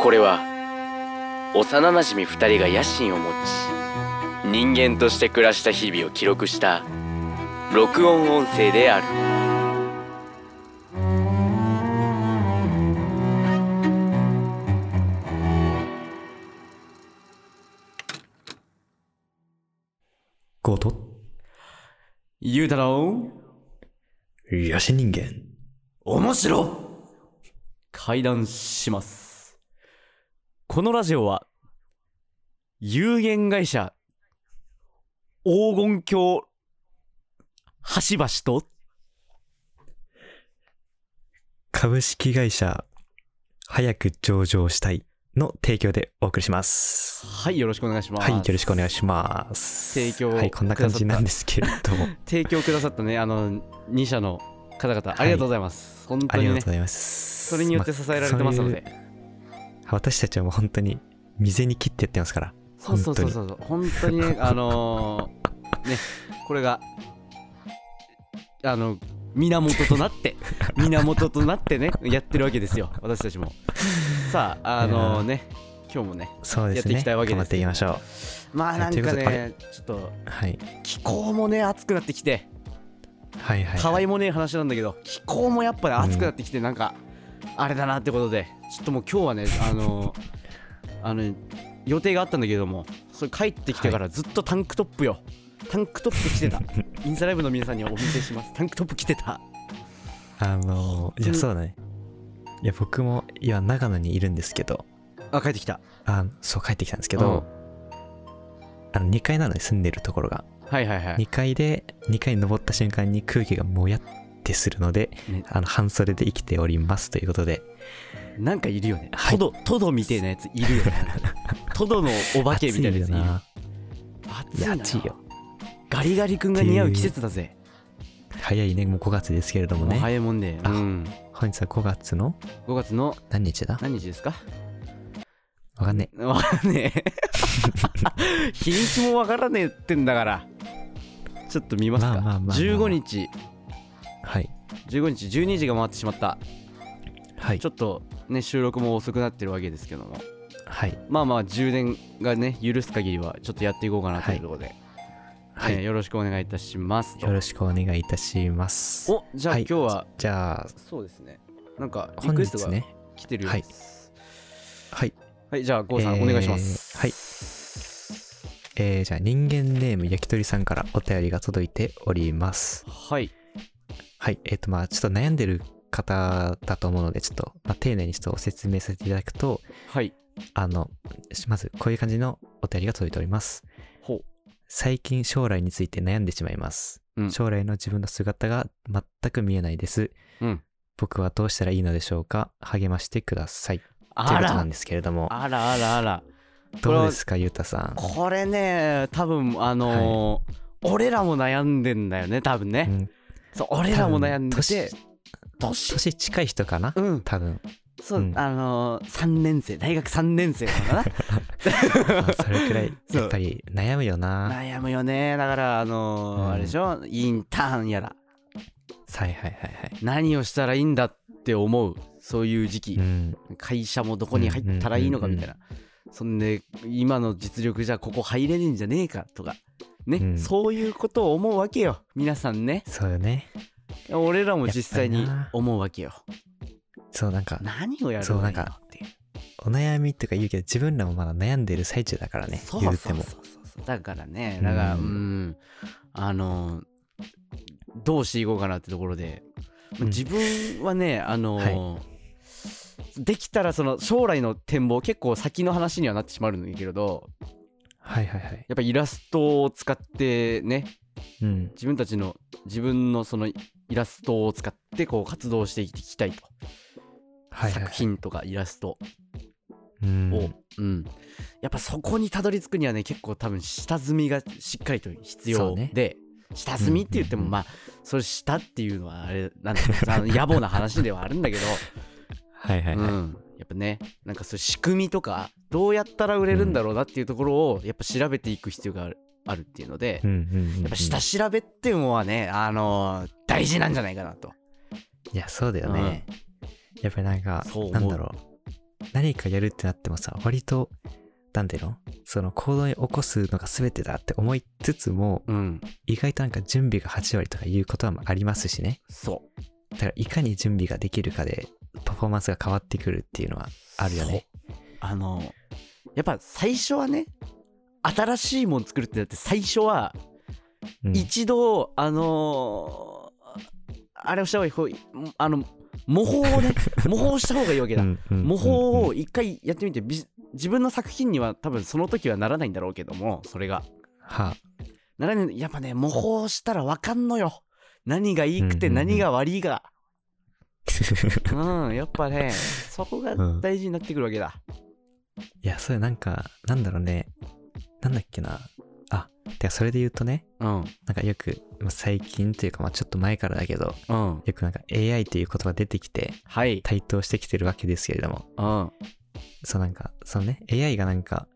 これは幼なじみ2人が野心を持ち人間として暮らした日々を記録した録音音声であるゴト、ゆうたろう野心人間。面白会談しますこのラジオは有限会社黄金鏡端々と株式会社、早く上場したいの提供でお送りします。はいよろしくお願いしますはい、よろしくお願いします。提供はい、こんな感じなんです けれども、提供くださったねあの2社の方々ありがとうございます、本あ当にりがとうねございます。それによって支えられてますので、ま私たちはもう本当に、未然に切ってやってますから。そうそうそうそうそう本当にねあのーねこれがあの源となって 源となってねやってるわけですよ私たちもさああのーね今日もねそうですね。やっていきたいわけです頑張っていきましょまあなんかということであねちょっとう。はい。気候もね暑くなってきてはいはい、はい。たわいもねえ話なんだけど気候もやっぱね暑くなってきてなんかあれだなってことでちょっともう今日はねあの ーあの予定があったんだけどもそれ帰ってきてからずっとタンクトップよタンクトップ着 てたインスタライブの皆さんにお見せしますタンクトップ着てたあのー、いや、そうだね。いや、僕も、いや、長野にいるんですけど、あ帰ってきたあそう、帰ってきたんですけど、あの2階なので住んでるところが、はいはいはい2階で、2階に登った瞬間に空気がもやってするので、ねあの、半袖で生きておりますということで、なんかいるよねはいトドトドみたいなやついる よねトドのお化けみたいなやついる暑暑いいよなな。いや、暑いよ。ガリガリ君が似合う季節だぜ早いね、もう5月ですけれどももうね。早いもんで、うあん、本日は5月の5月の何日だ何日ですかわかんねわかんねえ日にちもわからねえってんだからちょっと見ますか、まあまあまあまあ15日え。はい。 15日12時が回ってしまったはいち。ょっとね収録も遅くなってるわけですけどもはい。まあまあ充電がね許す限りはちょっとやっていこうかなというところで、はえーい。よろしくお願いいたしますとよろしくお願いいたします。おじゃあはい今日は、じゃあ、そうですねなんかリ本クエス日トがね。来てるようです、はい。はい、じゃあ郷さん、えーお願いしますはいえー、じゃあ、人間ネーム焼き鳥さんからお便りが届いております。はいはい。えっ、と、まあ、ちょっと悩んでる方だと思うので、ちょっと、まあ、丁寧にちょっと説明させていただくと、はいあの、まず、こういう感じのお便りが届いております。ほう最近将来について悩んでしまいます、うん将来の自分の姿が全く見えないです、うん僕はどうしたらいいのでしょうか励ましてくださいというあことならんですけれどもあらあらあらこれどうはですかゆうたさん、これね多分あのー俺らも悩んでんだよね多分ね、うんそう俺らも悩んでて多年分年年近い人かな、うん多分そう、うんあのー、3年生大学3年生なのかあそれくらい そうやっぱり悩むよ なな悩むよねだからあのーうんあれでしょインターンやらはいはいはいはい何をしたらいいんだって思うそういう時期う、ん会社もどこに入ったらいいのかみたいな、そんで今の実力じゃここ入れねえんじゃねえかとかね、うんそういうことを思うわけよ皆さんねそうよね俺らも実際に思うわけよそうなんか何をやるそうのなかんなかっていうお悩みとか言うけど自分らもまだ悩んでる最中だからねそうゆそううてそうもそうだからねだからううんんあのどうしていこうかなってところで、まあうん自分はねあの、はできたらその将来の展望結構先の話にはなってしまうんだけれどはいはいはいやっぱイラストを使ってねうん自分たちの自分のそのイラストを使ってこう活動していきたいと、はいはい作品とかイラストうんを、うん、やっぱそこにたどり着くにはね結構多分下積みがしっかりと必そう要ねで、下積みって言っても、うんうんうんまあそれ下っていうのはあれなんだろうあの野暮な話ではあるんだけ ど、はいはいはい、うん、やっぱねなんかそういう仕組みとかどうやったら売れるんだろうなっていうところをやっぱ調べていく必要があるあるっていうので、うんうんうんうんやっぱ下調べっていうのはねあのー大事なんじゃないかなといやそうだよね、やっぱりなんかそう思うなんだろう何かやるってなってもさ、割と、なんていうのその行動に起こすのが全てだって思いつつも、うん意外となんか準備が8割とかいうことはありますしね。そうだからいかに準備ができるかで、パフォーマンスが変わってくるっていうのはあるよね。あのやっぱ最初はね新しいもん作るってなって最初はうん一度、あのーあれをした方がいいほいあの模倣をね 模倣した方がいいわけだ、うんうんうん模倣を一回やってみてび自分の作品には多分その時はならないんだろうけどもそれがはならないやっぱね模倣したらわかんのよ何がいいくてうんうんうん何が悪いがあうんやっぱねそこが大事になってくるわけだ、いや、それなんか、なんだろうね。なんだっけな。あ、てかそれで言うとね、うんなんかよく、まあ最近というか、まあちょっと前からだけど、うんよくなんか AI っていう言葉出てきて、はい台頭してきてるわけですけれども、うんそうなんか、そのね、AI がなんか、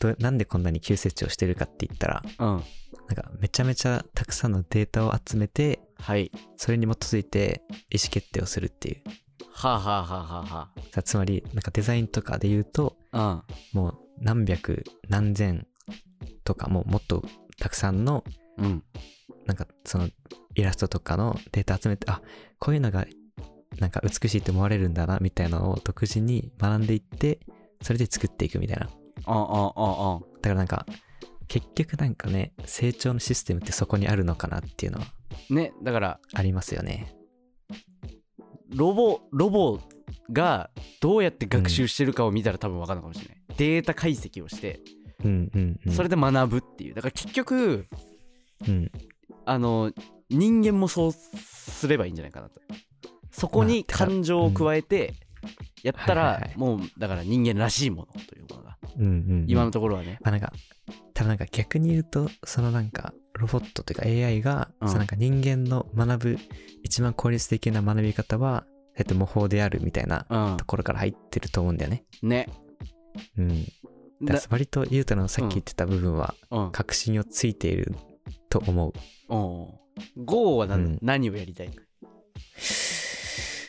どなんでこんなに急成長してるかって言ったら、うんなんかめちゃめちゃたくさんのデータを集めて、はいそれに基づいて意思決定をするっていう。はあ、はあはあはさつまり、なんかデザインとかで言うと、あはもう何百何千とかもうもっとたくさんのあ、うんうんなんかそのイラストとかのデータ集めてあこういうのがなんか美しいと思われるんだなみたいなのを独自に学んでいってそれで作っていくみたいなだああああからなんか結局なんかね成長のシステムってそこにあるのかなっていうのはねだからありますよねロボロボがどうやって学習してるかを見たら多分分かるのかもしれない、データ解析をしてうんうんうんそれで学ぶっていうだから結局うんあの人間もそうすればいいんじゃないかなとそこにまあだから感情を加えてやったはいらはいはいもうだから人間らしいものというものがうんうん今ののところはねまあなんか多分なんか逆に言うとそのなんかロボットというか AI が、うんそのなんか人間の学ぶ一番効率的な学び方はえっと模倣であるみたいなうんところから入ってると思うんだよね。ねうん。だだから割とゆうたのさっき言ってた部分はうん確信をついていると思う。おうゴーは何,、うん何をやりたいか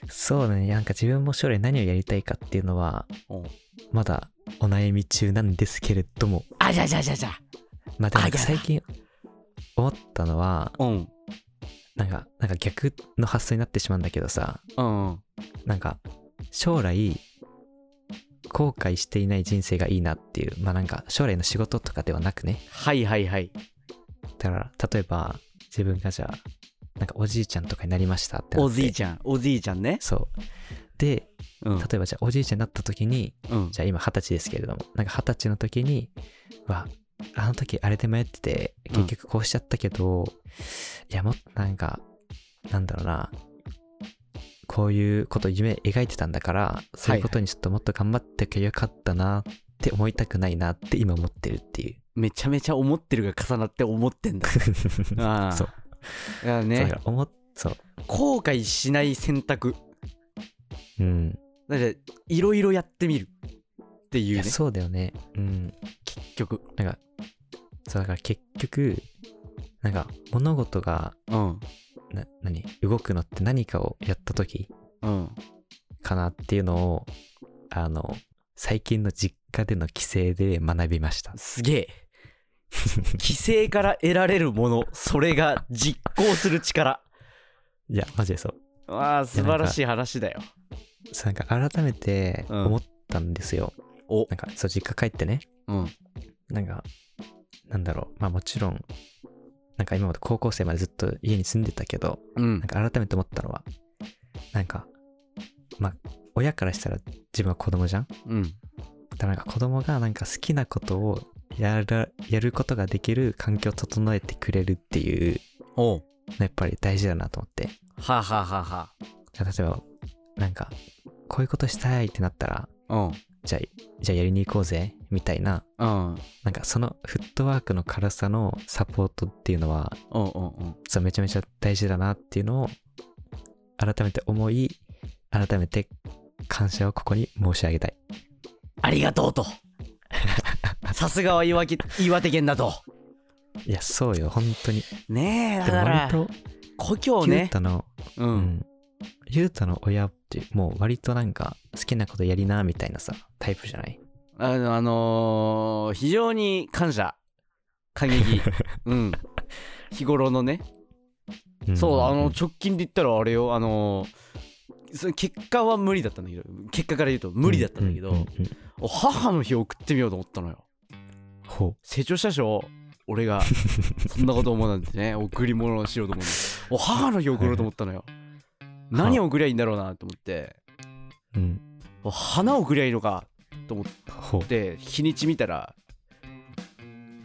そうだね。なんか自分も将来何をやりたいかっていうのはおうまだお悩み中なんですけれども、あじゃあじゃあじゃあじゃあまあであもなんかやだ最近思ったのはうんなんかなんか逆の発想になってしまうんだけどさ。うんうんなんか将来後悔していない人生がいいなっていうまあなんか将来の仕事とかではなくねはいはいはいだから例えば自分がじゃあなんかおじいちゃんとかになりましたってなっておじいちゃんおじいちゃんねそうでうん例えばじゃあおじいちゃんになった時にうんじゃあ今二十歳ですけれどもなんか二十歳の時にわあの時あれで迷ってて結局こうしちゃったけど、いやもっとなんかなんだろうなこういうこと夢描いてたんだからそういうことにちょっともっと頑張ってきゃよかったなって思いたくないなって今思ってるっていうめちゃめちゃ思ってるが重なって思って んだああそういや そうだねから思っそう後悔しない選択うんだからいろいろやってみるっていいうやねそうだよねうん結局そうだから結局なんか物事がうんな何動くのって何かをやった時うんかなっていうのをあの最近の実家での帰省で学びましたすげ え規制から得られるものそれが実行する力いやマジでそうわあ素晴らしい話だよそうなんか改めてうん思ったんですよ、おなんかそう実家帰ってねうんなんかなんだろうまあもちろんなんか今まで高校生までずっと家に住んでたけどうんなんか改めて思ったのはなんかまあ親からしたら自分は子供じゃんうんだからなんか子供がなんか好きなことをやらやることができる環境を整えてくれるっていうおうやっぱり大事だなと思ってはあはあはあは例えばなんかこういうことしたいってなったらあじゃあじゃあやりに行こうぜみたいなうんうんなんかそのフットワークの軽さのサポートっていうのはうんうんうんそうめちゃめちゃ大事だなっていうのを改めて思い改めて感謝をここに申し上げたいありがと うとさすがは岩木岩手県だといやそうよ本当にねえだでもか割らと故郷キューねトの、ううんんゆうたの親ってもう割となんか好きなことやりなみたいなさタイプじゃないあの、あのー非常に感謝感 激うん日頃のねそうあの直近で言ったらあれよあのーそれ結果は無理だったんだけど結果から言うと無理だったんだけど、うううんお母の日を送ってみようと思ったのよほ成長したでしょ俺 がそんなこと思うなんてね贈り物をしようと思うんだお母の日を贈ろうと思ったのよ何を贈りゃいいんだろうなと思ってううんお花を贈りゃいいのかと思っほうて日にち見たら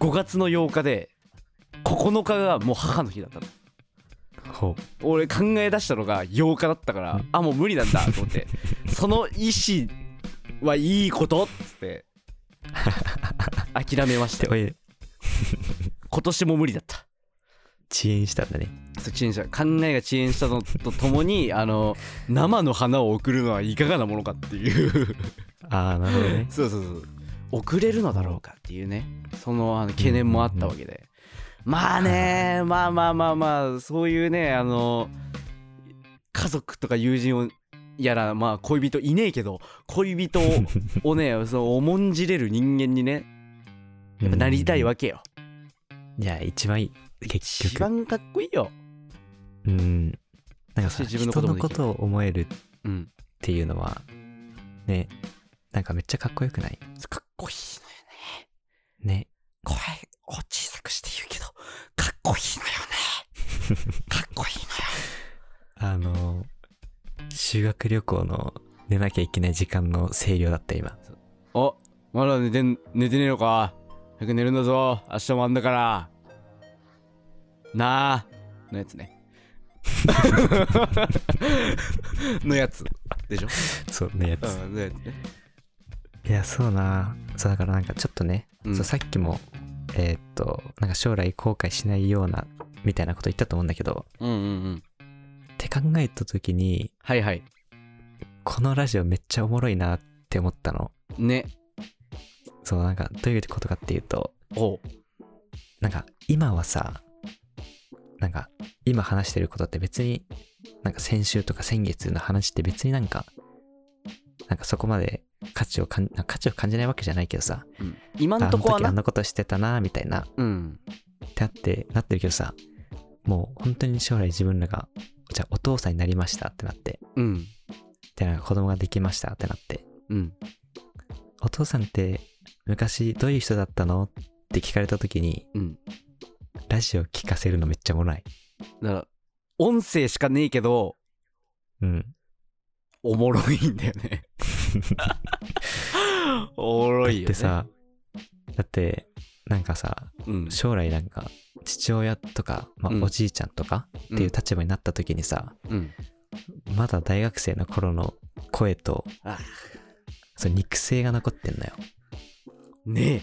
5月の8日で9日がもう母の日だったのほ俺考え出したのが8日だったから、うんあもう無理なんだと思って その意思はいいことっつって 諦めましうでたおい今年も無理だった遅延したんだねそう遅延した考えが遅延したのととも にあの生の花を贈るのはいかがなものかっていうああなるほどねそうそうそう贈れるのだろうかっていうねそのあの懸念もあったわけで、まあねまあまあまあまあそういうねあの家族とか友人をやらまあ恋人いねえけど恋人ををね その重んじれる人間にねやっぱなりたいわけよ、いや一番いい結一局番かっこいいよ、うんなんかさそして自分のことも人のできこるとを思えるっうん、ていうのはねなんかめっちゃかっこよくないかっこいいのよね声を小さくして言うけど、かっこいいのよ ね。かっこいいあの修学旅行の寝なきゃいけない時間の制御だった今のよ。お、まだ寝てん、寝てねえのか早く寝るんだぞ。明日もあんだから。なあ、のやつ ね。のやつでしょ、そうねやつうん、のやつね。いやそうなそうだからなんかちょっとね、うんそうさっきもえーっとなんか将来後悔しないようなみたいなこと言ったと思うんだけどうんうんうん。って考えた時にはいはい。このラジオめっちゃおもろいなって思ったのね。そうなんかどういうことかっていうとおう。なんか今はさなんか今話してることって別になんか先週とか先月の話って別になんかなんかそこまで価値をかんなんか価値を感じないわけじゃないけどさうん、今あんのとこは時あんな。なことしてたなみたいなうん。ってあってなってるけどさもう本当に将来自分らがじゃあお父さんになりましたってなってうん。でなんか子供ができましたってなってうん。お父さんって昔どういう人だったのって聞かれた時にうん。ラジオ聞かせるのめっちゃおもろいだから、音声しかねえけど、うんおもろいんだよね おもろいよ、ね、でさだってなんかさうん、将来なんか父親とか、まあうんおじいちゃんとかっていう立場になった時にさ、うんまだ大学生の頃の声とあその肉声が残ってんのよね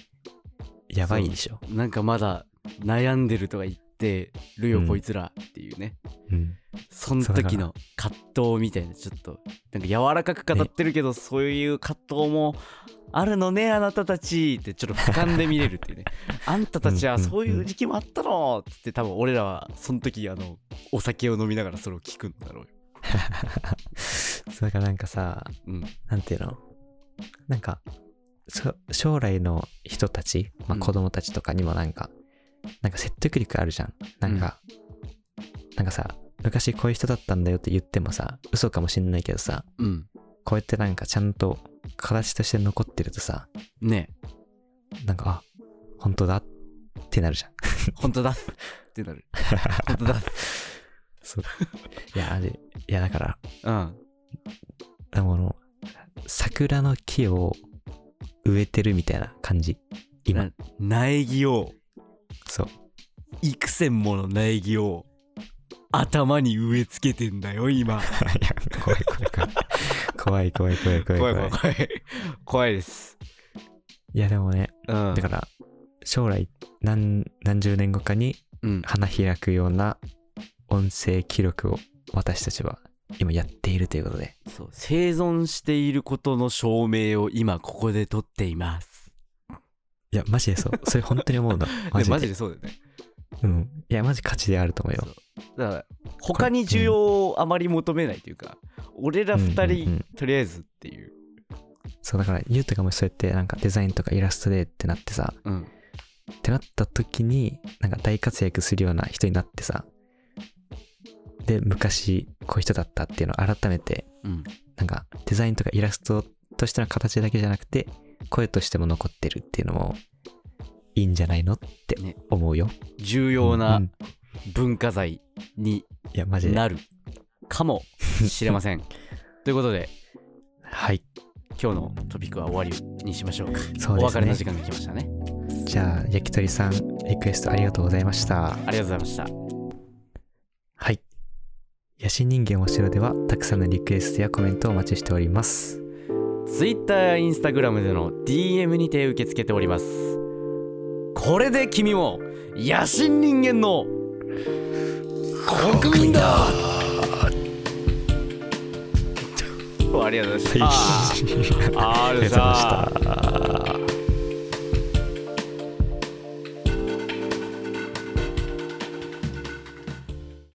やばいでしょえなんかまだ悩んでるとか言ってるよ、うんこいつらっていうねうんその時の葛藤みたいなちょっとなんか柔らかく語ってるけど、そういう葛藤もあるのねあなたたちってちょっと俯瞰で見れるっていうね あんたたちはそういう時期もあったのっつって多分俺らはその時あのお酒を飲みながらそれを聞くんだろうよ、 そうだからなんかさうん、なんていうのなんかそ将来の人たち、うまあ、ん子供たちとかにもなんか、なんか説得力あるじゃんなんか、なんかさ昔こういう人だったんだよって言ってもさ嘘かもしんないけどさうんこうやってなんかちゃんと形として残ってるとさねえなんかあ本当だってなるじゃん本当だっすってなる。本当だっす。 そういやあれいやだからうん。あの桜の木を植えてるみたいな感じ今な苗木を、そう 幾千もの苗木を、頭に植え付けてんだよ、今。いや、怖い 怖い怖い。怖い怖い怖怖い怖いい怖い。怖い怖い。怖いです。いや、でもね、うんだ。から、将来何、何十年後かにうん。花開くような音声記録を私たちは今やっているということで。そう。生存していることの証明を今、ここで取っています。いや、マジで そう。それ本当に思うの。いマやジで。マジでそうだよね。うん。いや、マジ勝ちであると思うよ。だから、他に需要をあまり求めないというか俺ら2うんうんう人んとりあえずっていうそうだからユウとかもそうやってなんかデザインとかイラストでってなってさうんってなった時になんか大活躍するような人になってさで昔こういう人だったっていうのを改めてうんなんかデザインとかイラストとしての形だけじゃなくて声としても残ってるっていうのもいいんじゃないのってね思うよ。重要うなん文化財にいやマジで。なるかもしれませんということではい。今日のトピックは終わりにしましょうかそうおで別すれのね時。間が来ましたねじゃあ焼き鳥さんリクエストありがとうございました。ありがとうございましたはい。野心人間お城ではたくさんのリクエストやコメントをお待ちしております。 Twitter や Instagram での DM にて受け付けておりますこれで君も野心人間の国民だありがとうございました。あありがとうございました。